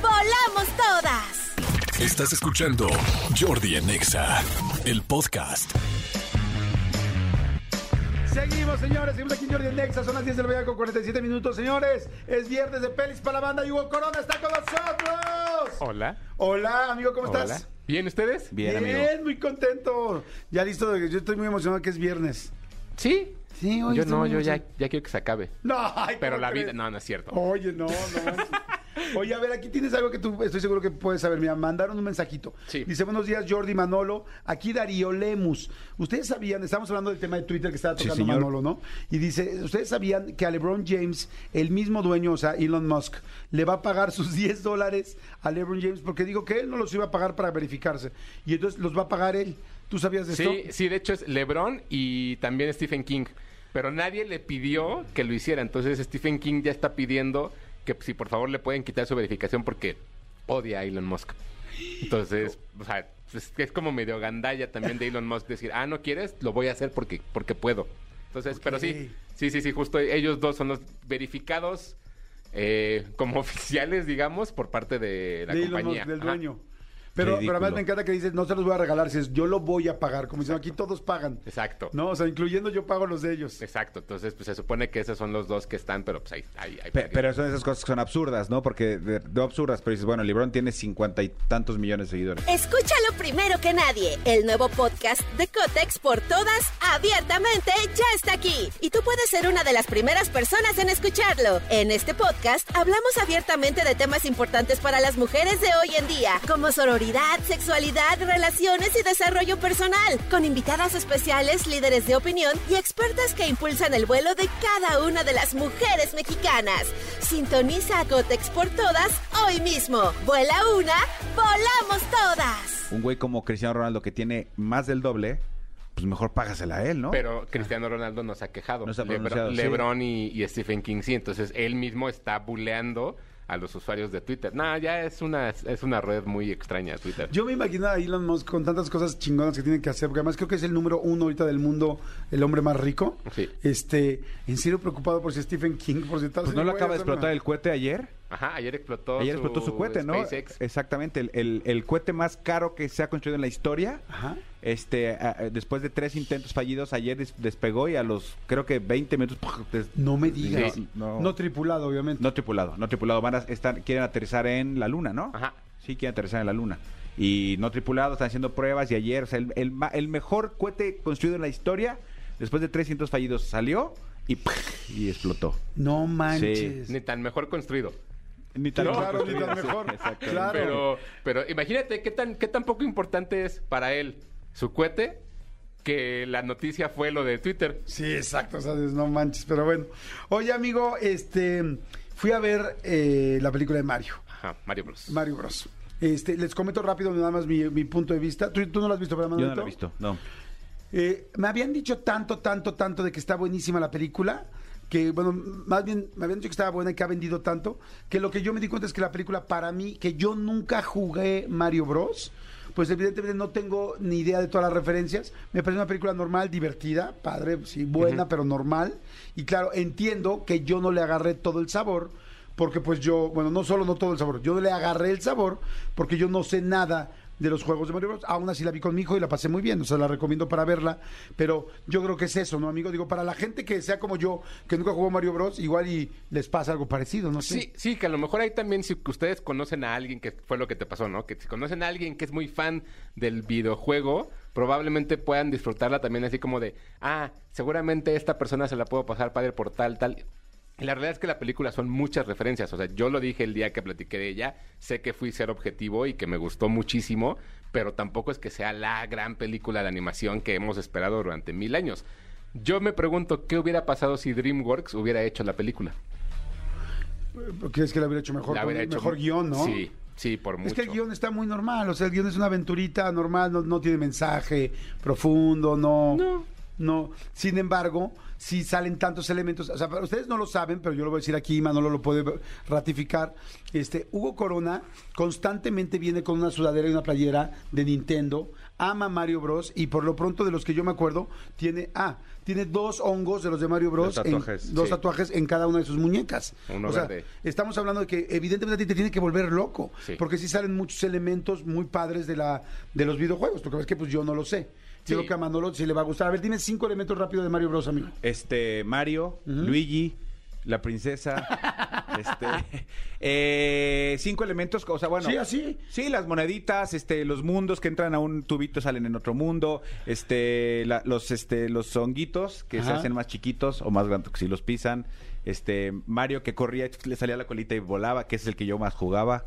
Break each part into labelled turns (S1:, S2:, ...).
S1: volamos todas.
S2: Estás escuchando Jordi en EXA, el podcast.
S3: Seguimos, señores. Seguimos aquí en Jordi Nexa. Son las 10 de la mañana con 47 minutos, señores. Es viernes de pelis para la banda y Hugo Corona está con nosotros.
S4: Hola.
S3: Hola, amigo, ¿cómo
S4: Hola.
S3: estás?
S4: ¿Bien ustedes?
S3: Bien, muy contento. Ya listo. de- Yo estoy muy emocionado que es viernes.
S4: ¿Sí?
S3: Sí, hoy
S4: Yo
S3: estoy
S4: no,
S3: muy
S4: yo ya,
S3: emocionado.
S4: ya quiero que se acabe.
S3: No, ay,
S4: Pero
S3: ¿cómo
S4: la vida...
S3: crees?
S4: No, no es cierto.
S3: Oye, no, no. manches. Oye, a ver, aquí tienes algo que tú estoy seguro que puedes saber. Mira, mandaron un mensajito.
S4: Sí.
S3: Dice, buenos días, Jordi Manolo. Aquí Darío Lemus. Ustedes sabían, estamos hablando del tema de Twitter que estaba tocando Manolo, ¿no? Y dice, ustedes sabían que a LeBron James, el mismo dueño, o sea, Elon Musk, le va a pagar sus 10 dólares a LeBron James porque digo que él no los iba a pagar para verificarse. Y entonces los va a pagar él. ¿Tú sabías de
S4: Sí,
S3: esto?
S4: sí, de hecho es LeBron y también Stephen King. Pero nadie le pidió que lo hiciera. Entonces Stephen King ya está pidiendo que pues, si por favor le pueden quitar su verificación porque odia a Elon Musk. Entonces, o sea, es, es como medio gandalla también de Elon Musk decir, ah, no quieres, lo voy a hacer porque, porque puedo. Entonces, pero sí, sí, sí, sí, justo ellos dos son los verificados eh, como oficiales, digamos, por parte de la
S3: de Elon
S4: compañía.
S3: Musk, del
S4: Ajá.
S3: dueño. Pero, pero además me encanta que dices, no se los voy a regalar, si es, yo lo voy a pagar. Como dicen, aquí todos pagan.
S4: Exacto.
S3: No, o sea, incluyendo yo pago los de ellos.
S4: Exacto, entonces pues se supone que esos son los dos que están, pero pues ahí, ahí, ahí-
S5: Pe- Pero son esas cosas que son absurdas, ¿no? Porque de, no absurdas, pero dices, bueno, LeBron tiene cincuenta y tantos millones de seguidores.
S1: Escúchalo primero que nadie. El nuevo podcast de Cotex por todas, abiertamente, ya está aquí. Y tú puedes ser una de las primeras personas en escucharlo. En este podcast hablamos abiertamente de temas importantes para las mujeres de hoy en día, como sororidad, sexualidad, relaciones y desarrollo personal, con invitadas especiales, líderes de opinión y expertas que impulsan el vuelo de cada una de las mujeres mexicanas. Sintoniza a Cotex por todas hoy mismo. Vuela una, volamos todas.
S5: Un güey como Cristiano Ronaldo que tiene más del doble, pues mejor págasela a él, ¿no?
S4: Pero Cristiano Ronaldo nos ha quejado.
S5: Nos ha
S4: Lebron-
S5: pronunciado, sí.
S4: Lebron y, y Stephen King sí, entonces él mismo está buleando a los usuarios de Twitter. No, ya es una, es una red muy extraña Twitter.
S3: Yo me imagino a Elon Musk con tantas cosas chingonas que tiene que hacer, porque además creo que es el número uno ahorita del mundo, el hombre más rico.
S4: Sí.
S3: Este, en serio preocupado por si Stephen King, por si tal.
S5: Pues
S3: si
S5: no lo
S3: voy a
S5: acaba de
S3: hacer una-
S5: explotar el cohete ayer.
S4: Ajá, ayer explotó
S5: Ayer explotó su cohete, ¿no? Eh,
S4: SpaceX.
S5: Exactamente, el, el- el cohete más caro que se ha construido en la historia.
S3: Ajá.
S5: Este, a- a- después de tres intentos fallidos, ayer des- despegó y a los, creo que 20 minutos... des-
S3: No me digas.
S5: Sí,
S3: no.
S5: no.
S3: tripulado, obviamente.
S5: No tripulado, no tripulado. Van a estar, quieren aterrizar en la luna, ¿no?
S4: Ajá.
S5: Sí, quieren aterrizar en la luna. Y no tripulado, están haciendo pruebas. Y ayer, o sea, el, el ma- el mejor cohete construido en la historia, después de 300 fallidos, salió y, ¡puf! y explotó.
S3: No manches.
S4: Ni tan mejor construido.
S5: Ni mejor
S3: No, claro, ni
S5: construido,
S3: tan
S5: sí,
S3: mejor.
S5: exactamente.
S3: Claro.
S4: Pero, pero imagínate qué tan, qué tan poco importante es para él su cohete que la noticia fue lo de Twitter.
S3: Sí, exacto, sabes, no manches, pero bueno. Oye, amigo, este, fui a ver eh, la película de Mario,
S4: Ajá, Mario Bros.
S3: Mario Bros. Este, les comento rápido nada más mi, mi punto de vista. ¿Tú, tú no la has visto, ¿verdad,
S5: Yo no lo
S3: Manolito?
S5: he visto, no.
S3: Eh, me habían dicho tanto, tanto, tanto de que está buenísima la película, que, bueno, más bien me habían dicho que estaba buena y que ha vendido tanto, que lo que yo me di cuenta es que la película, para mí, que yo nunca jugué Mario Bros., pues evidentemente no tengo ni idea de todas las referencias. Me parece una película normal, divertida, padre, sí, buena, pero normal. Y claro, entiendo que yo no le agarré todo el sabor, porque pues yo, bueno, no solo no todo el sabor, yo le agarré el sabor porque yo no sé nada de los juegos de Mario Bros. Aún así la vi con mi hijo y la pasé muy bien, o sea, la recomiendo para verla, pero yo creo que es eso, ¿no, amigo? Digo, para la gente que sea como yo, que nunca jugó Mario Bros, igual y les pasa algo parecido, no sé.
S4: Sí, sí, que a lo mejor ahí también si que ustedes conocen a alguien, que fue lo que te pasó, ¿no? Que si conocen a alguien que es muy fan del videojuego, probablemente puedan disfrutarla también así como de, ah, seguramente esta persona se la puedo pasar padre por tal, tal. Y La realidad es que la película son muchas referencias, o sea, yo lo dije el día que platiqué de ella, sé que fui ser objetivo y que me gustó muchísimo, pero tampoco es que sea la gran película de animación que hemos esperado durante mil años. Yo me pregunto qué hubiera pasado si DreamWorks hubiera hecho la película.
S3: ¿Crees que la hubiera hecho mejor?
S4: La
S3: con
S4: hubiera hecho-
S3: mejor guión, ¿no?
S4: Sí, sí, por mucho.
S3: Es que el guión está muy normal, o sea, el guión es una aventurita normal, no, no tiene mensaje profundo, no, no. Sin embargo, si salen tantos elementos, o sea, para ustedes no lo saben, pero yo lo voy a decir aquí, Manolo lo puede ratificar. Este, Hugo Corona constantemente viene con una sudadera y una playera de Nintendo, ama Mario Bros. y por lo pronto de los que yo me acuerdo, tiene, ah, tiene dos hongos de los de Mario Bros.
S5: Los
S3: en-
S5: tatuajes,
S3: dos
S4: sí.
S3: tatuajes en cada una de sus muñecas.
S4: Uno
S3: o sea,
S4: verde.
S3: estamos hablando de que evidentemente a ti te tiene que volver loco,
S4: Sí.
S3: porque sí salen muchos elementos muy padres de la de los videojuegos. Lo que pasa es que pues yo no lo sé.
S4: Sí.
S3: Yo creo que a Manolo sí le va a gustar. A ver, dime cinco elementos rápido de Mario Bros, amigo.
S5: Este, Mario, Luigi, la princesa. este, eh, cinco elementos, o sea, bueno.
S3: Sí, así.
S5: Sí, las moneditas, este, los mundos que entran a un tubito salen en otro mundo, este, la- los, este, los honguitos que se
S3: Ajá.
S5: hacen más chiquitos o más grandes si los pisan, este, Mario que corría, y le salía la colita y volaba, que es el que yo más jugaba,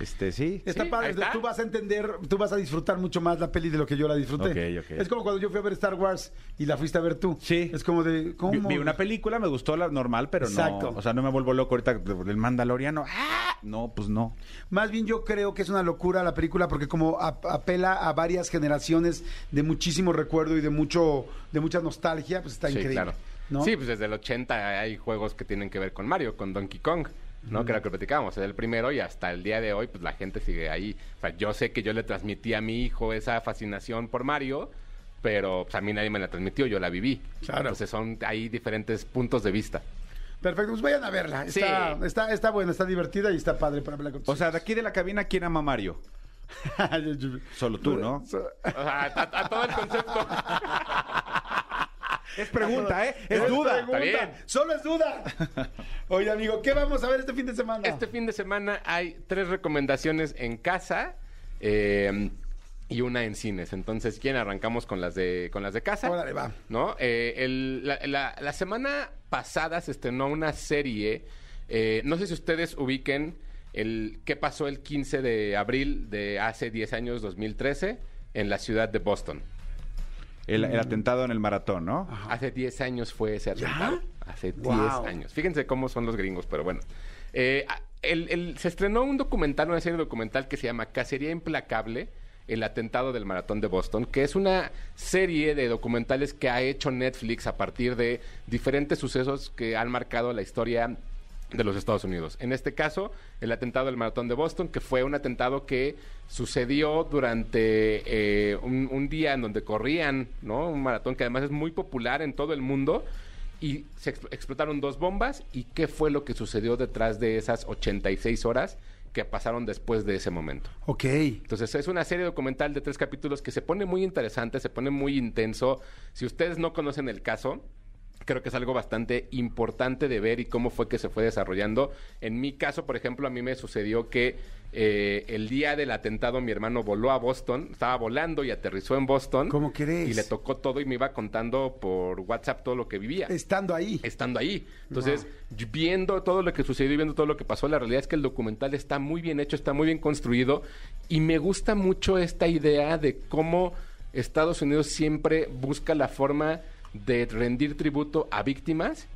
S5: este, sí.
S3: Está
S4: Sí,
S3: padre,
S4: ahí está.
S3: tú vas a entender, tú vas a disfrutar mucho más la peli de lo que yo la disfruté.
S5: Ok, ok.
S3: Es como cuando yo fui a ver Star Wars y la fuiste a ver tú.
S5: Sí.
S3: Es como de, ¿cómo?
S5: Vi, vi una película, me gustó la normal, pero
S3: Exacto.
S5: no, o sea, no me vuelvo loco ahorita el Mandaloriano, ¡ah! no, pues no.
S3: Más bien yo creo que es una locura la película porque como ap- apela a varias generaciones de muchísimo recuerdo y de mucho de mucha nostalgia, pues está
S4: Sí,
S3: increíble.
S4: claro.
S3: ¿no?
S4: Sí, pues desde el 80 hay juegos que tienen que ver con Mario, con Donkey Kong, ¿no? Que era lo que platicábamos, es el primero y hasta el día de hoy, pues la gente sigue ahí. O sea, yo sé que yo le transmití a mi hijo esa fascinación por Mario, pero pues, a mí nadie me la transmitió, yo la viví.
S3: Claro.
S4: Entonces son ahí diferentes puntos de vista.
S3: Perfecto, pues vayan a verla. Está,
S4: Sí.
S3: está, está buena, está divertida y está padre para hablar con tus
S5: O sea, de aquí de la cabina, ¿quién ama a Mario?
S3: hijos.
S5: Solo tú, ¿no?
S4: O sea, a, a todo el concepto.
S5: Es pregunta, ¿eh? Es
S3: No
S5: duda.
S3: pregunta,
S4: Está bien.
S3: Solo es duda. Oye, amigo, ¿qué vamos a ver este fin de semana?
S4: Este fin de semana hay tres recomendaciones en casa eh, y una en cines. Entonces, si quieren, arrancamos con las de, con las de casa.
S3: Órale, va.
S4: ¿No? Eh, el- la, la- la semana pasada se estrenó una serie. eh, no sé si ustedes ubiquen el qué pasó el 15 de abril de hace 10 años, 2013, en la ciudad de Boston.
S5: El, el atentado en el maratón, ¿no?
S4: Hace 10 años fue ese atentado. Hace 10
S3: Wow.
S4: años. Fíjense cómo son los gringos, pero bueno. Eh, a- el- el- se estrenó un documental, una serie documental que se llama Cacería Implacable, el atentado del maratón de Boston, que es una serie de documentales que ha hecho Netflix a partir de diferentes sucesos que han marcado la historia de los Estados Unidos. En este caso, el atentado del Maratón de Boston, que fue un atentado que sucedió durante eh, un, un día en donde corrían, ¿no? Un maratón que además es muy popular en todo el mundo. Y se expl- explotaron dos bombas. ¿Y qué fue lo que sucedió detrás de esas 86 horas que pasaron después de ese momento?
S3: Ok.
S4: Entonces es una serie documental de tres capítulos que se pone muy interesante, se pone muy intenso. Si ustedes no conocen el caso, creo que es algo bastante importante de ver y cómo fue que se fue desarrollando. En mi caso, por ejemplo, a mí me sucedió que eh, el día del atentado mi hermano voló a Boston, estaba volando y aterrizó en Boston.
S3: ¿Cómo crees?
S4: Y le tocó todo y me iba contando por WhatsApp todo lo que vivía
S3: Estando ahí.
S4: estando ahí. Entonces, yo- viendo todo lo que sucedió y viendo todo lo que pasó, la realidad es que el documental está muy bien hecho, está muy bien construido y me gusta mucho esta idea de cómo Estados Unidos siempre busca la forma de rendir tributo a víctimas,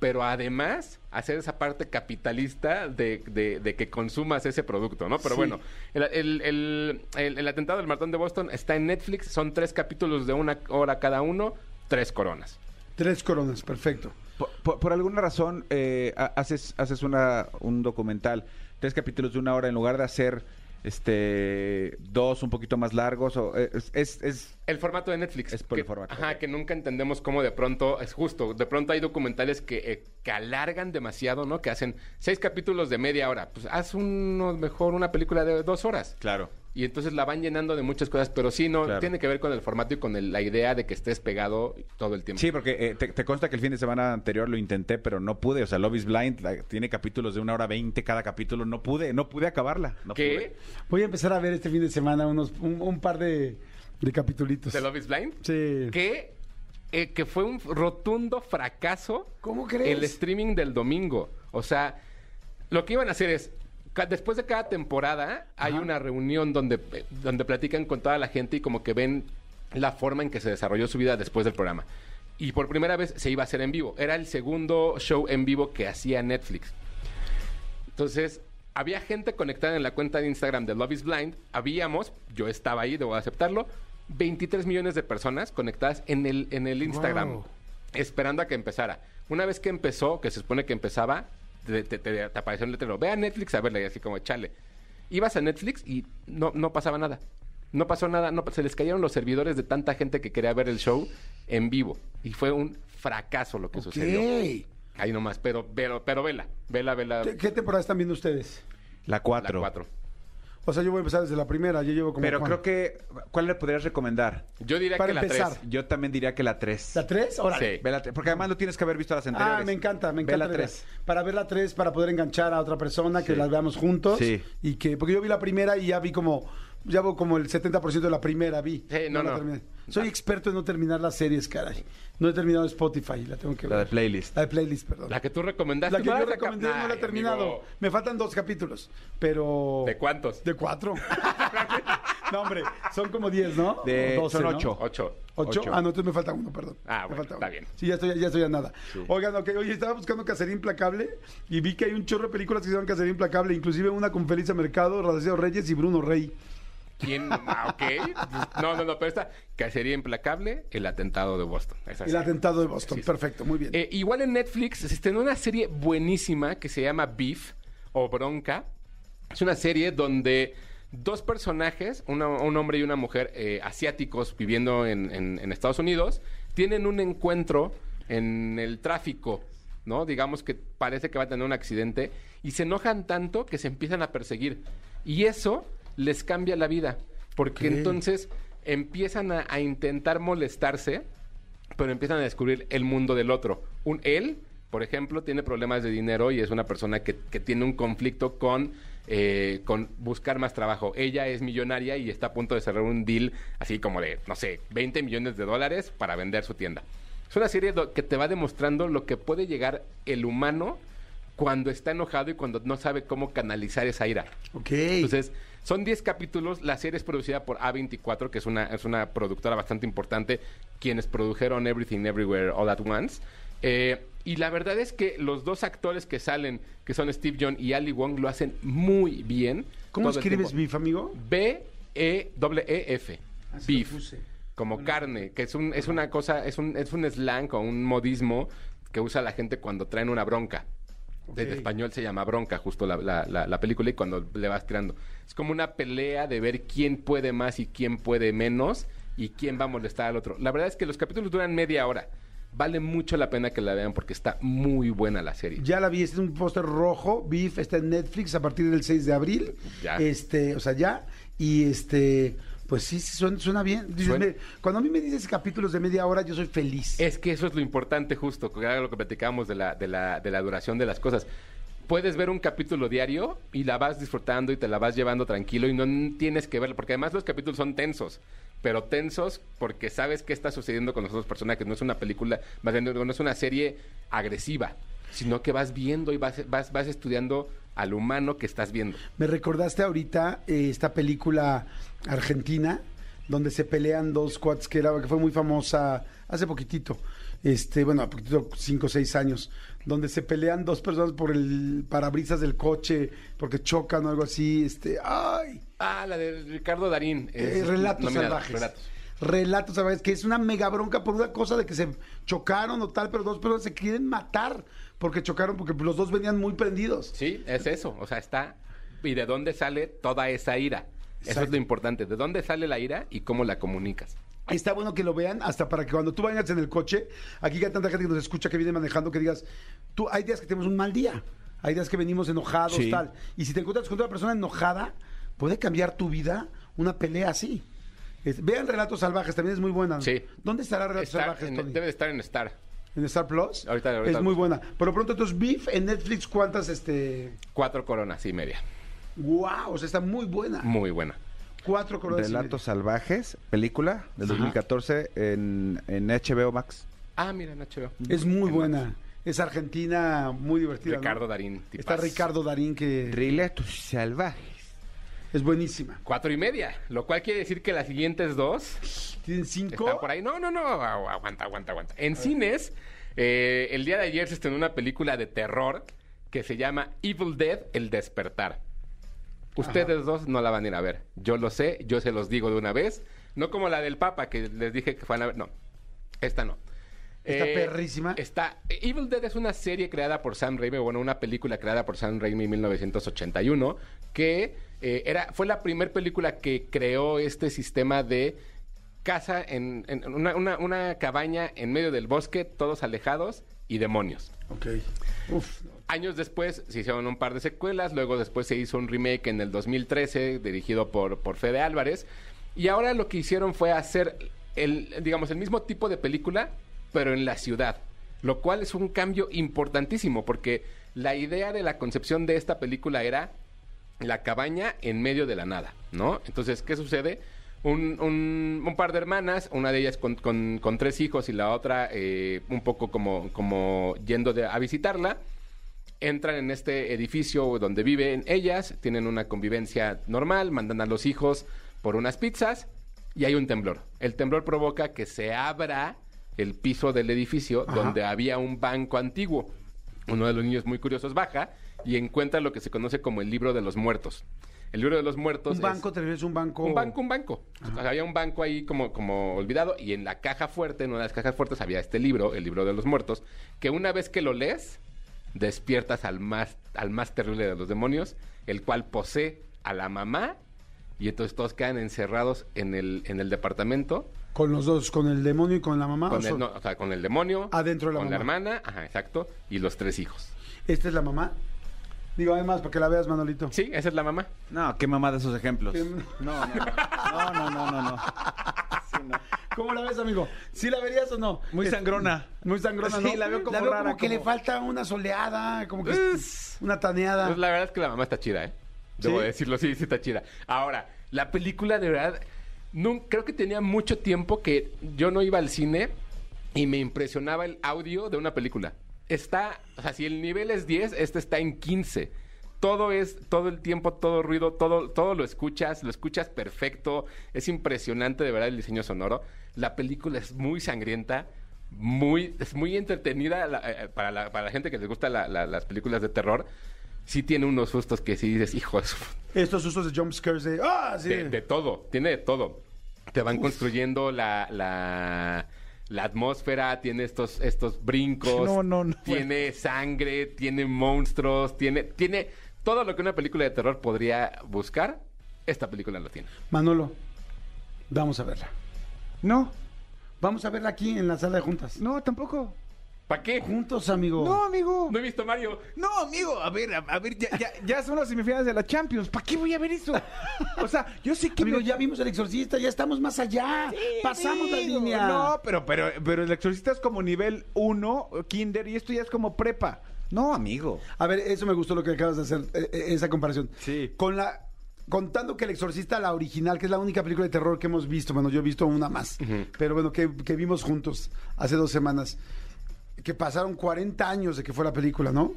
S4: pero además hacer esa parte capitalista de, de- de que consumas ese producto, ¿no? Pero
S3: Sí.
S4: bueno, el, el- el- el- el atentado del maratón de Boston está en Netflix, son tres capítulos de una hora cada uno, tres coronas.
S3: Tres coronas, perfecto.
S5: Por, por- por alguna razón eh, ha- haces, haces una, un documental, tres capítulos de una hora, en lugar de hacer este dos un poquito más largos, o eh, es, es- es-
S4: El formato de Netflix.
S5: Es por el
S4: Que-
S5: formato,
S4: Ajá,
S5: ok.
S4: que nunca entendemos cómo de pronto, es justo, de pronto hay documentales que, eh, que alargan demasiado, ¿no? Que hacen seis capítulos de media hora. Pues haz uno mejor una película de dos horas.
S5: claro.
S4: Y entonces la van llenando de muchas cosas, pero sí, no,
S5: Claro.
S4: tiene que ver con el formato y con el- la idea de que estés pegado todo el tiempo.
S5: Sí, porque eh, te, te consta que el fin de semana anterior lo intenté, pero no pude. O sea, Love is Blind la- tiene capítulos de una hora veinte cada capítulo. No pude, no pude acabarla. No
S4: ¿Qué?
S3: Voy a empezar a ver este fin de semana unos, un, un par de, de capitulitos.
S5: pues,
S4: ¿De Love is Blind?
S3: Sí.
S4: Que, eh, que fue un rotundo fracaso.
S3: ¿Cómo crees?
S4: El streaming del domingo. O sea, lo que iban a hacer es. ca- Después de cada temporada hay una reunión donde, eh, donde platican con toda la gente y como que ven la forma en que se desarrolló su vida después del programa. Y por primera vez se iba a hacer en vivo. Era el segundo show en vivo que hacía Netflix. Entonces, había gente conectada en la cuenta de Instagram de Love is Blind. Habíamos, yo estaba ahí, debo aceptarlo, 23 millones de personas conectadas en el, en el Instagram,
S3: Wow.
S4: esperando a que empezara. Una vez que empezó, que se supone que empezaba, te, te- te- te apareció un letrero, ve a Netflix a verla, y así como, chale. Ibas a Netflix y no, no pasaba nada. No pasó nada, no, se les cayeron los servidores de tanta gente que quería ver el show en vivo. Y fue un fracaso lo que sucedió.
S3: Ok.
S4: Ahí nomás, pero, pero, pero vela, vela, vela.
S3: ¿Qué, qué temporada están viendo ustedes?
S5: pude. La
S4: La
S5: cuatro.
S4: cuatro.
S3: O sea, yo voy a empezar desde la primera, yo llevo como...
S5: Pero
S3: Juan.
S5: creo que. ¿Cuál le podrías recomendar?
S4: Yo diría
S3: Para
S4: que la
S3: empezar.
S4: 3.
S5: Yo también diría que la tres.
S3: ¿La 3? Órale.
S4: Sí.
S5: Ve la tre- porque además no tienes que haber visto las anteriores.
S3: Ah, me encanta, me
S5: Ve
S3: encanta.
S5: la tres.
S3: Para ver la 3, para poder enganchar a otra persona, que
S5: Sí.
S3: las veamos juntos.
S5: Sí.
S3: Y que, porque yo vi la primera y ya vi como, ya veo como el 70% de la primera vi.
S4: Sí, no,
S3: la
S4: no.
S3: terminé. Soy experto en no terminar las series, caray. No he terminado Spotify, la tengo que ver.
S5: La de playlist.
S3: La de playlist, perdón.
S4: La que tú recomendaste.
S3: La que
S4: ¿no
S3: yo
S4: has acab-
S3: recomendé no la
S4: Ay,
S3: he terminado.
S4: amigo,
S3: Me faltan dos capítulos, pero...
S4: ¿De cuántos?
S3: De cuatro. no, hombre, son como diez, ¿no?
S5: De-
S3: O doce,
S5: son
S3: ¿no?
S5: ocho.
S4: Ocho.
S3: ¿Ocho?
S5: Ocho.
S3: Ah, no, entonces me falta uno, perdón.
S4: Ah,
S3: Me
S4: bueno,
S3: falta
S4: está
S3: uno.
S4: bien.
S3: Sí, ya estoy, ya estoy a nada. Oigan, ok, oye, estaba buscando Cacería Implacable y vi que hay un chorro de películas que se llaman Cacería Implacable, inclusive una con Felicia Mercado, Radiceo Reyes y Bruno Rey.
S4: ¿Quién? Ah, ok. No, no, no, pero esta. Cacería implacable, el atentado de Boston. Esa
S3: El
S4: sí.
S3: atentado de Boston.
S4: Sí, sí.
S3: Perfecto, muy bien.
S4: Eh, igual en Netflix se estrenó una serie buenísima que se llama Beef o Bronca. Es una serie donde dos personajes, una- un hombre y una mujer eh, asiáticos viviendo en, en- en Estados Unidos, tienen un encuentro en el tráfico, ¿no? Digamos que parece que va a tener un accidente y se enojan tanto que se empiezan a perseguir. Y eso les cambia la vida, porque
S3: Ok.
S4: entonces empiezan a- a intentar molestarse pero empiezan a descubrir el mundo del otro. Un él, por ejemplo, tiene problemas de dinero y es una persona que, que tiene un conflicto con, eh, con buscar más trabajo. Ella es millonaria y está a punto de cerrar un deal así como de, no sé, 20 millones de dólares para vender su tienda. Es una serie do- que te va demostrando lo que puede llegar el humano cuando está enojado y cuando no sabe cómo canalizar esa ira.
S3: ok.
S4: Entonces, son 10 capítulos. La serie es producida por A24, que es una, es una productora bastante importante, quienes produjeron Everything Everywhere All at Once. Eh, y la verdad es que los dos actores que salen, que son Steve John y Ali Wong, lo hacen muy bien.
S3: ¿Cómo
S4: todo el
S3: escribes
S4: tiempo.
S3: Beef, amigo?
S4: E B-E-E-F.
S3: Así lo
S4: Beef.
S3: puse.
S4: Como carne, que es, un, es una cosa, es un, es un slang o un modismo que usa la gente cuando traen una bronca. En
S3: Ok.
S4: español se llama bronca, justo la, la- la- la película, y cuando le vas tirando. Es como una pelea de ver quién puede más y quién puede menos y quién va a molestar al otro. La verdad es que los capítulos duran media hora. Vale mucho la pena que la vean porque está muy buena la serie.
S3: Ya la vi, este es un póster rojo. Beef está en Netflix a partir del 6 de abril.
S4: Ya.
S3: Este, o sea, ya. Y este, pues sí, sí, suena, suena bien. Dices,
S4: Suena.
S3: me- cuando a mí me dices capítulos de media hora, yo soy feliz.
S4: Es que eso es lo importante, justo, que era lo que platicábamos de la, de, la, de la duración de las cosas. Puedes ver un capítulo diario y la vas disfrutando y te la vas llevando tranquilo y no tienes que verlo, porque además los capítulos son tensos, pero tensos porque sabes qué está sucediendo con los otros personajes. No es una película, más bien, no es una serie agresiva, sino que vas viendo y vas, vas, vas estudiando al humano que estás viendo.
S3: Me recordaste ahorita eh, esta película argentina donde se pelean dos cuates que, era, que fue muy famosa hace poquitito, este, bueno, a poquitito, cinco o seis años, donde se pelean dos personas por el parabrisas del coche, porque chocan o algo así, este, ay,
S4: Ah, la de Ricardo Darín.
S3: Eh,
S4: es
S3: relatos
S4: nominada,
S3: salvajes.
S4: Relatos.
S3: Relatos salvajes, que es una mega bronca por una cosa de que se chocaron o tal, pero dos personas se quieren matar porque chocaron, porque los dos venían muy prendidos.
S4: Sí, es eso. O sea, está. ¿Y de dónde sale toda esa ira? Eso es
S3: Exacto.
S4: lo importante. ¿De dónde sale la ira y cómo la comunicas?
S3: Está bueno que lo vean hasta para que cuando tú vayas en el coche, aquí que hay tanta gente que nos escucha que viene manejando, que digas, tú, hay días que tenemos un mal día, hay días que venimos enojados,
S5: Sí.
S3: tal. Y si te encuentras con otra persona enojada, puede cambiar tu vida una pelea así. Es- vean Relatos Salvajes, también es muy buena. ¿no?
S4: Sí.
S3: ¿Dónde estará Relatos
S4: Star-
S3: Salvajes,
S4: en-
S3: Tony?
S4: debe de estar en Star.
S3: ¿En Star Plus?
S4: Ahorita- ahorita
S3: es
S4: lo
S3: muy
S4: busco.
S3: buena. Pero pronto, entonces, Beef en Netflix, ¿cuántas? este
S4: Cuatro coronas y media.
S3: Wow, o sea, está muy buena.
S4: Muy buena.
S3: Cuatro colores. y
S5: Relatos Salvajes, película del 2014 en, en HBO Max.
S4: Ah, mira, Nacho.
S3: medio. Es muy buena. Es argentina, muy divertida. ¿no?
S4: Ricardo Darín.
S3: Está
S4: tipazo.
S3: Ricardo Darín, que
S5: Relatos Salvajes.
S3: es buenísima.
S4: Cuatro y media, lo cual quiere decir que las siguientes dos
S3: Tienen cinco.
S4: están por ahí. No, no, no, agu- aguanta, aguanta, aguanta. En cines, eh, el día de ayer se estrenó una película de terror que se llama Evil Dead, El Despertar. Ustedes dos no la van a ir a ver. Yo lo sé, yo se los digo de una vez. No como la del Papa, que les dije que van a ver. No, esta no. Eh,
S3: Está perrísima.
S4: Está. Evil Dead es una serie creada por Sam Raimi, bueno, una película creada por Sam Raimi en 1981, que eh, era, fue la primera película que creó este sistema de casa en, en una, una- una cabaña en medio del bosque, todos alejados y demonios.
S3: Ok. Uf.
S4: Años después se hicieron un par de secuelas, luego después se hizo un remake en el 2013 dirigido por, por Fede Álvarez y ahora lo que hicieron fue hacer el, digamos, el mismo tipo de película pero en la ciudad, lo cual es un cambio importantísimo porque la idea de la concepción de esta película era la cabaña en medio de la nada, ¿no? Entonces, ¿qué sucede? Un, un- un par de hermanas, una de ellas con, con- con tres hijos y la otra eh, un poco como, como yendo de- a visitarla, entran en este edificio donde viven ellas, tienen una convivencia normal, mandan a los hijos por unas pizzas y hay un temblor. El temblor provoca que se abra el piso del edificio donde había un banco antiguo. Uno de los niños muy curiosos baja y encuentra lo que se conoce como el libro de los muertos. El libro de los muertos
S3: Un
S4: es-
S3: banco, te refieres a un banco.
S4: un banco, un banco. O sea, había un banco ahí como, como olvidado y en la caja fuerte, en una de las cajas fuertes, había este libro, el libro de los muertos, que una vez que lo lees, despiertas al más, al más terrible de los demonios, el cual posee a la mamá y entonces todos quedan encerrados en el, en el departamento
S3: Con los dos, con el demonio y con la mamá. Ah, o
S4: con
S3: sea,
S4: el, no, o sea, con el demonio,
S3: Adentro de la
S4: con la
S3: mamá.
S4: hermana, ajá, exacto, y los tres hijos.
S3: Esta es la mamá. Digo, además, para que la veas, Manolito.
S4: Sí, esa es la mamá.
S5: No, qué mamada esos ejemplos.
S3: Qué-
S5: No, no, no, no, no, no, no.
S3: ¿Cómo la ves, amigo? ¿Sí la verías o no?
S5: Muy
S3: Es-
S5: sangrona.
S3: Muy sangrona,
S5: Sí,
S3: ¿no?
S5: la veo como rara,
S3: que
S5: como-
S3: le falta una soleada, como que es una taneada.
S4: Pues la verdad es que la mamá está chida, ¿eh? Debo
S3: ¿Sí?
S4: decirlo, sí, sí está chida. Ahora, la película de verdad, nun- creo que tenía mucho tiempo que yo no iba al cine y me impresionaba el audio de una película. Está, o sea, si el nivel es 10, este está en 15. Todo es, todo el tiempo, todo ruido, todo, todo lo escuchas, lo escuchas perfecto. Es impresionante de verdad el diseño sonoro. La película es muy sangrienta, muy, es muy entretenida la- eh, eh, para, la, para la gente que les gusta la- la- las películas de terror sí tiene unos sustos que sí dices, hijo, de, su-
S3: Estos usos de jump scares de... ¡Ah! Sí.
S4: de, de todo, tiene de todo. Te van construyendo la, la, la atmósfera, tiene estos, estos brincos,
S5: No, no,
S3: pues.
S5: no.
S4: tiene sangre, tiene monstruos, tiene, tiene todo lo que una película de terror podría buscar, esta película lo tiene.
S3: Manolo, vamos a verla.
S5: No,
S3: Vamos a verla aquí en la sala de juntas.
S5: no, tampoco.
S4: ¿Para qué?
S3: Juntos, amigo.
S5: No, amigo.
S4: No he visto Mario.
S5: No, amigo, a ver, a, a ver, ya, ya, ya son las semifinales de la Champions. ¿Para qué voy a ver eso? O sea, yo sé que
S3: Amigo,
S5: me-
S3: ya vimos el exorcista, ya estamos más allá. Pasamos la
S5: Amigo,
S3: línea.
S5: No, pero, pero, pero el exorcista es como nivel 1, kinder, y esto ya es como prepa. No, amigo.
S3: A ver, eso me gustó lo que acabas de hacer, eh, eh, esa comparación.
S5: Sí.
S3: Con la. Contando que El Exorcista, la original, que es la única película de terror que hemos visto, bueno, yo he visto una más, pero bueno, que, que vimos juntos hace dos semanas, que pasaron 40 años de que fue la película, ¿no?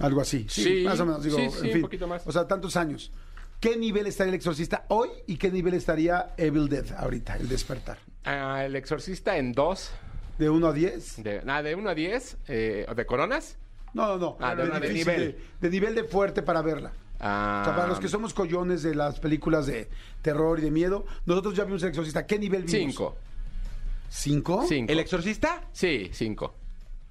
S3: Algo así. Sí,
S4: Sí,
S3: más o menos, digo,
S4: sí, sí,
S3: en
S4: un
S3: fin.
S4: poquito más.
S3: O sea, tantos años. ¿Qué nivel estaría El Exorcista hoy y qué nivel estaría Evil Dead ahorita, El Despertar?
S4: Ah, el exorcista en dos,
S3: ¿De 1 a 10?
S4: de, nada, de 1 a 10, eh, de coronas.
S3: No, no, no.
S4: Ah, de una de
S3: difícil,
S4: nivel.
S3: de- de nivel de fuerte para verla.
S4: Ah,
S3: O sea, para los que somos collones de las películas de terror y de miedo, nosotros ya vimos El Exorcista. ¿Qué nivel vimos?
S4: Cinco.
S3: ¿Cinco?
S4: Cinco.
S5: ¿El exorcista?
S4: Sí, cinco.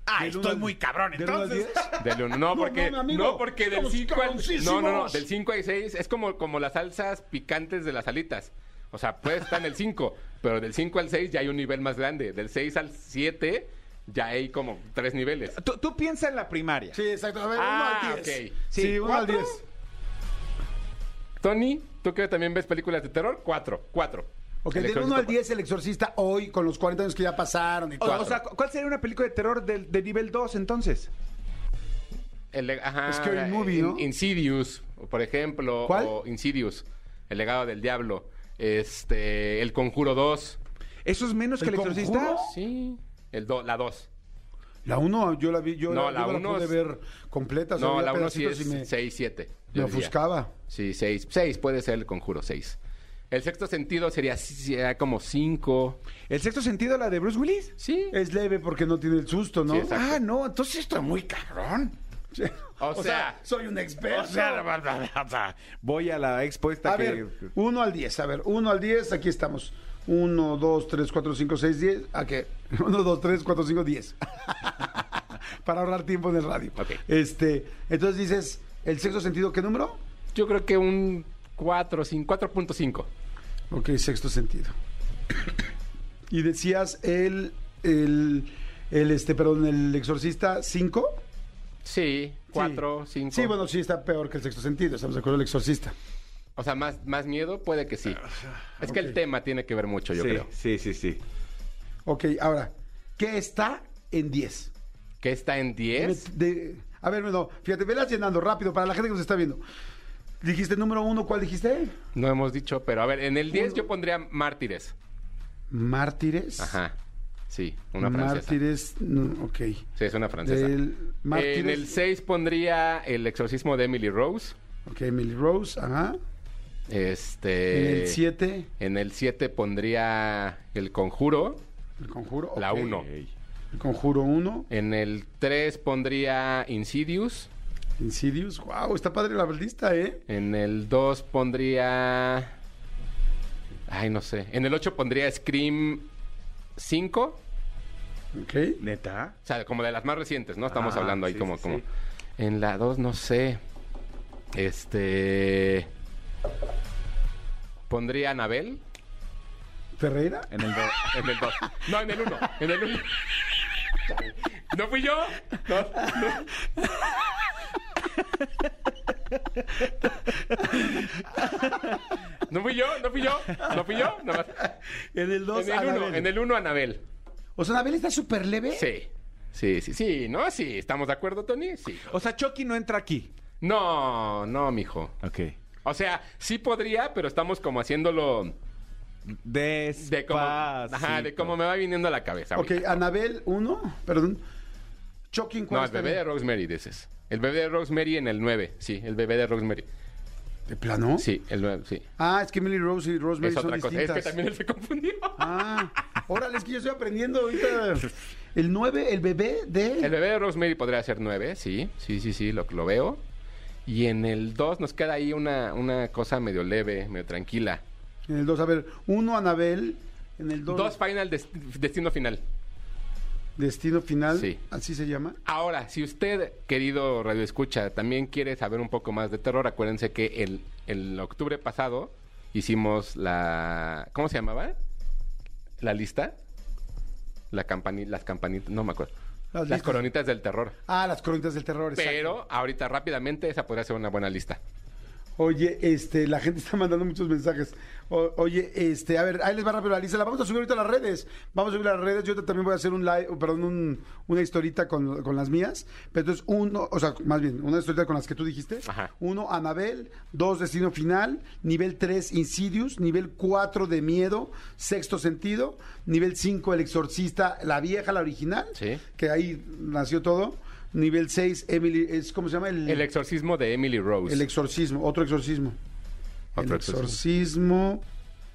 S5: Ah,
S3: Del uno
S5: estoy
S3: al-
S5: muy cabrón,
S3: del uno al
S5: entonces.
S3: diez.
S4: Del uno. No,
S3: No,
S4: porque,
S3: no,
S4: no,
S3: amigo,
S4: porque del
S3: estamos
S4: 5 al
S3: cabroncísimos.
S4: no, no, no, del 5 al 6 es como, como las salsas picantes de las alitas. O sea, puede estar en el 5, pero del 5 al 6 ya hay un nivel más grande. Del 6 al 7 ya hay como tres niveles.
S5: Tú, tú piensa en la primaria.
S3: Sí, exacto. A ver,
S4: Ah,
S3: uno al diez.
S4: ok.
S3: Sí, uno al
S5: ¿Cuatro?
S3: diez.
S4: Tony, tú que también ves películas de terror, cuatro, cuatro.
S3: Ok,
S4: El
S3: del
S4: Exorcista
S3: 1 al
S4: cuatro.
S3: 10 el exorcista hoy, con los 40 años que ya pasaron y
S5: O,
S3: todo.
S5: o sea, ¿cu- ¿cuál sería una película de terror del- de, nivel 2 entonces?
S4: El le- ajá,
S3: Scary
S4: eh,
S3: Movie, ¿no?
S4: Insidious, o por ejemplo.
S3: ¿Cuál?
S4: O Insidious, El legado del diablo. Este, El Conjuro 2.
S5: ¿Eso es menos
S3: ¿El
S5: que el exorcista?
S3: Conjuro?
S4: Sí. El do- la 2.
S3: La 1 yo la vi, yo
S4: No,
S3: la,
S4: la
S3: yo
S4: uno
S3: pude
S4: es-
S3: ver completa. solo
S4: No,
S3: vi
S4: la 1 sí es
S3: pedacitos y me,
S4: 6, 7.
S3: me ofuscaba.
S4: Sí, 6. 6 puede ser El Conjuro, 6. El sexto sentido sería, sería como 5.
S5: ¿El sexto sentido, la de Bruce Willis?
S4: Sí.
S3: Es leve porque no tiene el susto, ¿no?
S4: Sí, exacto.
S5: Ah, no, entonces esto es muy cabrón.
S4: O, sea,
S3: soy un experto.
S5: Voy a la expo esta
S3: a
S5: que...
S3: ver, 1 al 10, a ver, 1 al 10, aquí estamos. 1, 2, 3, 4, 5, 6, 10. ¿A qué? 1, 2, 3, 4, 5, 10. Para ahorrar tiempo en el radio.
S4: Ok.
S3: Este, entonces dices, ¿el sexto sentido qué número?
S4: yo creo que un 4, 5, 4.5.
S3: Ok, sexto sentido. y decías el, el, el, este, perdón, el exorcista 5.
S4: Sí, 4, 5.
S3: Sí, bueno, sí está peor que el sexto sentido, estamos de acuerdo, el exorcista.
S4: O sea, más, más miedo, puede que sí.
S3: Ah,
S4: Es que el tema tiene que ver mucho, yo
S5: sí,
S4: creo.
S5: sí, sí, sí.
S3: Ok, ahora, ¿qué está en 10?
S4: ¿Qué está en 10?
S3: Me- de- a ver, no, fíjate, velas llenando rápido para la gente que nos está viendo. Dijiste número uno, ¿cuál dijiste?
S4: No hemos dicho, pero a ver, en el 10 yo pondría mártires.
S3: Mártires.
S4: Ajá. Sí, una francesa.
S3: Mártires, no, ok.
S4: Sí, es una francesa.
S3: Del Mártires.
S4: En el 6 pondría el exorcismo de Emily Rose.
S3: Ok, Emily Rose, ajá.
S4: Este.
S3: en el 7,
S4: En el 7 pondría el conjuro,
S3: el conjuro.
S4: la
S3: ok.
S4: 1.
S3: El conjuro 1,
S4: En el 3 pondría Insidious.
S3: Insidious. Wow, está padre la lista, ¿eh?
S4: En el 2 pondría. Ay, no sé. En el 8 pondría Scream 5.
S3: Ok.
S5: ¿Neta?
S4: O sea, como de las más recientes, ¿no? Estamos
S5: Ah,
S4: hablando ahí
S5: sí,
S4: como,
S5: sí,
S4: como.
S5: sí.
S4: En la 2, no sé. Este. Pondría Anabel.
S3: Ferreira.
S5: En el do-
S4: En el 2. No, en el 1. En el 1. ¿No fui yo? No, no. ¿No fui yo? ¿No fui yo? ¿No fui yo? Nada más.
S3: En el 2,
S4: En el 1, en el 1 Anabel.
S3: O sea, Anabel está súper leve.
S4: Sí. Sí, sí, sí, ¿no? Sí, ¿estamos de acuerdo, Tony? Sí.
S5: O sea, Chucky no entra aquí.
S4: No, no, mijo.
S5: Ok.
S4: O sea, sí podría, pero estamos como haciéndolo
S5: Despacito.
S4: de como, ajá, de como me va viniendo a la cabeza.
S3: Ok,
S4: ahorita.
S3: Anabel 1, perdón. Choking
S4: no, el bebé de Rosemary, dices. El bebé de Rosemary en el 9, sí, el bebé de Rosemary.
S3: ¿De plano?
S4: Sí, el 9, sí.
S3: Ah, es que Emily Rose y Rosemary
S4: es
S3: son
S4: otra cosa. Es
S3: distintas.
S4: que también él se confundió.
S3: Ah, órale, es que yo estoy aprendiendo ahorita. El 9, el bebé de...
S4: El bebé de Rosemary podría ser 9, sí, sí, sí, sí, lo, lo veo. Y en el 2 nos queda ahí una, una cosa medio leve, medio tranquila.
S3: En el 2, a ver, 1 Anabel, en el 2
S4: 2 final, des- destino final.
S3: Destino Final,
S4: Sí.
S3: así se llama.
S4: Ahora, si usted, querido Radio Escucha, también quiere saber un poco más de terror, acuérdense que el, el octubre pasado hicimos la... ¿Cómo se llamaba? ¿La lista? La campani- las campanitas, no me acuerdo.
S3: Las
S4: Las,
S3: listas.
S4: coronitas del terror.
S3: Ah, las crónicas del terror, exacto.
S4: Pero ahorita rápidamente esa podría ser una buena lista.
S3: Oye, este, la gente está mandando muchos mensajes. O- oye, este, a ver, ahí les va rápido la lista. La vamos a subir ahorita a las redes. Vamos a subir a las redes. Yo también voy a hacer un live, oh, perdón, un- una historita con, con las mías. Pero entonces, uno, o sea, más bien, una historita con las que tú dijiste.
S4: Ajá.
S3: Uno, Anabel. Dos, Destino Final. Nivel tres, Insidious. Nivel cuatro, De Miedo. Sexto Sentido. Nivel cinco, El Exorcista, la vieja, la original.
S4: Sí.
S3: Que ahí nació todo. Nivel seis, Emily, es, ¿cómo se llama?
S4: El exorcismo de Emily Rose.
S3: El exorcismo, otro exorcismo.
S4: Otro
S3: el exorcismo.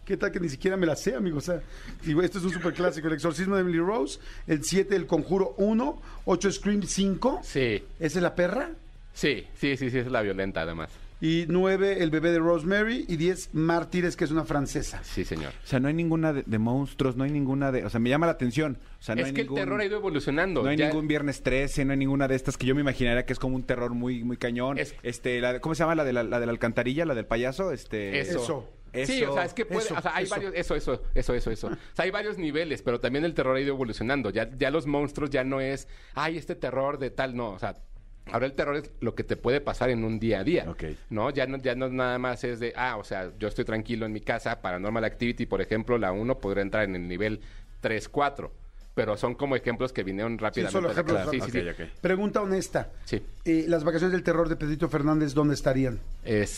S3: ¿Qué tal que ni siquiera me la sé, amigo? O sea, digo, esto es un superclásico. El exorcismo de Emily Rose. El 7, el conjuro 1. 8, Scream 5.
S4: Sí,
S3: Esa es la perra.
S4: sí, sí, sí, sí, es la violenta además.
S3: Y 9, el bebé de Rosemary. Y 10, Mártires, que es una francesa.
S4: Sí, señor.
S5: O sea, no hay ninguna de, de monstruos, no hay ninguna de... O sea, me llama la atención. O sea, no
S4: es
S5: hay
S4: que
S5: ningún-
S4: el terror ha ido evolucionando.
S5: No hay
S4: Ya-
S5: ningún Viernes 13, no hay ninguna de estas que yo me imaginaría que es como un terror muy, muy cañón.
S4: Es-
S5: Este, la de- ¿Cómo se llama? La de la, la de la alcantarilla, la del payaso. Este,
S4: Eso.
S3: Eso.
S4: Sí,
S5: Eso.
S4: o sea, es que puede,
S3: Eso,
S4: o sea, hay
S3: eso.
S4: varios, eso, eso, eso, eso, eso. O sea, hay varios niveles, pero también el terror ha ido evolucionando. Ya, ya los monstruos ya no es, ay, este terror de tal, no, o sea, Ahora el terror es lo que te puede pasar en un día a día.
S5: Ok.
S4: ¿No? Ya no, ya no nada más es de, ah, o sea, yo estoy tranquilo en mi casa, Paranormal Activity, por ejemplo, la 1 podría entrar en el nivel 3, 4. Pero son como ejemplos que vinieron rápidamente.
S3: solo
S4: a la
S3: ejemplos
S4: cabeza. Sí, sí,
S5: rápidos.
S4: sí.
S5: Ok,
S3: Pregunta honesta.
S4: Sí.
S3: Eh, las vacaciones del terror de Pedrito Fernández, ¿dónde estarían?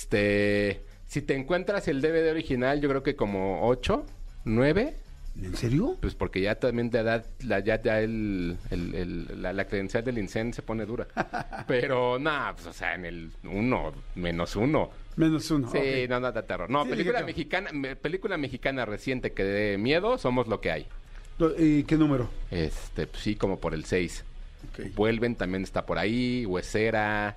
S4: Este, si te encuentras el DVD original, yo creo que como 8, 9,
S3: ¿En serio?
S4: pues porque ya también la edad, la, ya, ya el, el- el- la, la credencial del incendio se pone dura. Pero nada, pues o sea, en el 1, menos 1.
S3: Menos uno.
S4: Sí,
S3: Ah, ok.
S4: no, no da terror. No,
S3: Sí,
S4: película
S3: dije yo.
S4: mexicana, me- película mexicana reciente que de miedo, somos lo que hay.
S3: Do- eh, ¿Qué número?
S4: Este, pues, sí, como por el 6.
S3: Ok.
S4: Vuelven también está por ahí, Huesera.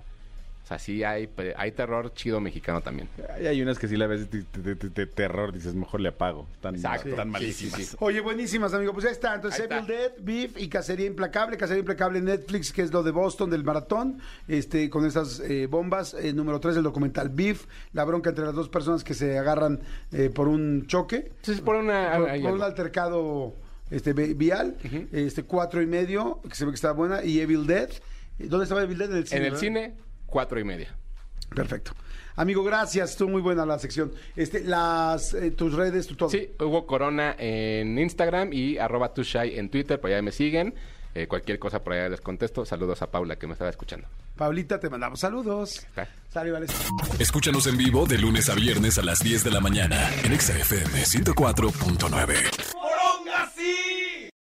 S4: O sea, sí hay, pe- hay terror chido mexicano también.
S5: Ay, hay unas que sí la ves de, de- de- de terror, dices, mejor le apago. Tan,
S4: Exacto.
S5: tan
S4: Sí, sí, sí.
S5: malísimas.
S3: Oye, buenísimas, amigo. Pues ya está. Entonces,
S4: Ahí está.
S3: Evil Dead, Beef y Cacería Implacable. Cacería Implacable en Netflix, que es lo de Boston, del maratón, este, con esas eh, bombas. Eh, número 3, el documental Beef, la bronca entre las dos personas que se agarran eh, por un choque.
S4: Entonces, por una...
S3: por,
S4: hay
S3: por un
S4: algo.
S3: altercado este, vi- vial. Este, cuatro y medio, que se ve que está buena. Y Evil Dead. Eh, ¿Dónde estaba Evil Dead? En el cine.
S4: en el
S3: ¿verdad?
S4: cine, cuatro y media.
S3: Perfecto. Amigo, gracias. Estuvo muy buena la sección. Este, las, eh, tus redes, tu todo.
S4: Sí, Hugo Corona en Instagram y arroba tushai en Twitter, por allá me siguen. Eh, cualquier cosa por allá les contesto. Saludos a Paula que me estaba escuchando.
S3: Pablita, te mandamos saludos.
S4: Está.
S3: Sale, vale.
S2: Escúchanos en vivo de lunes a viernes a las 10 de la mañana en Exa FM 104.9.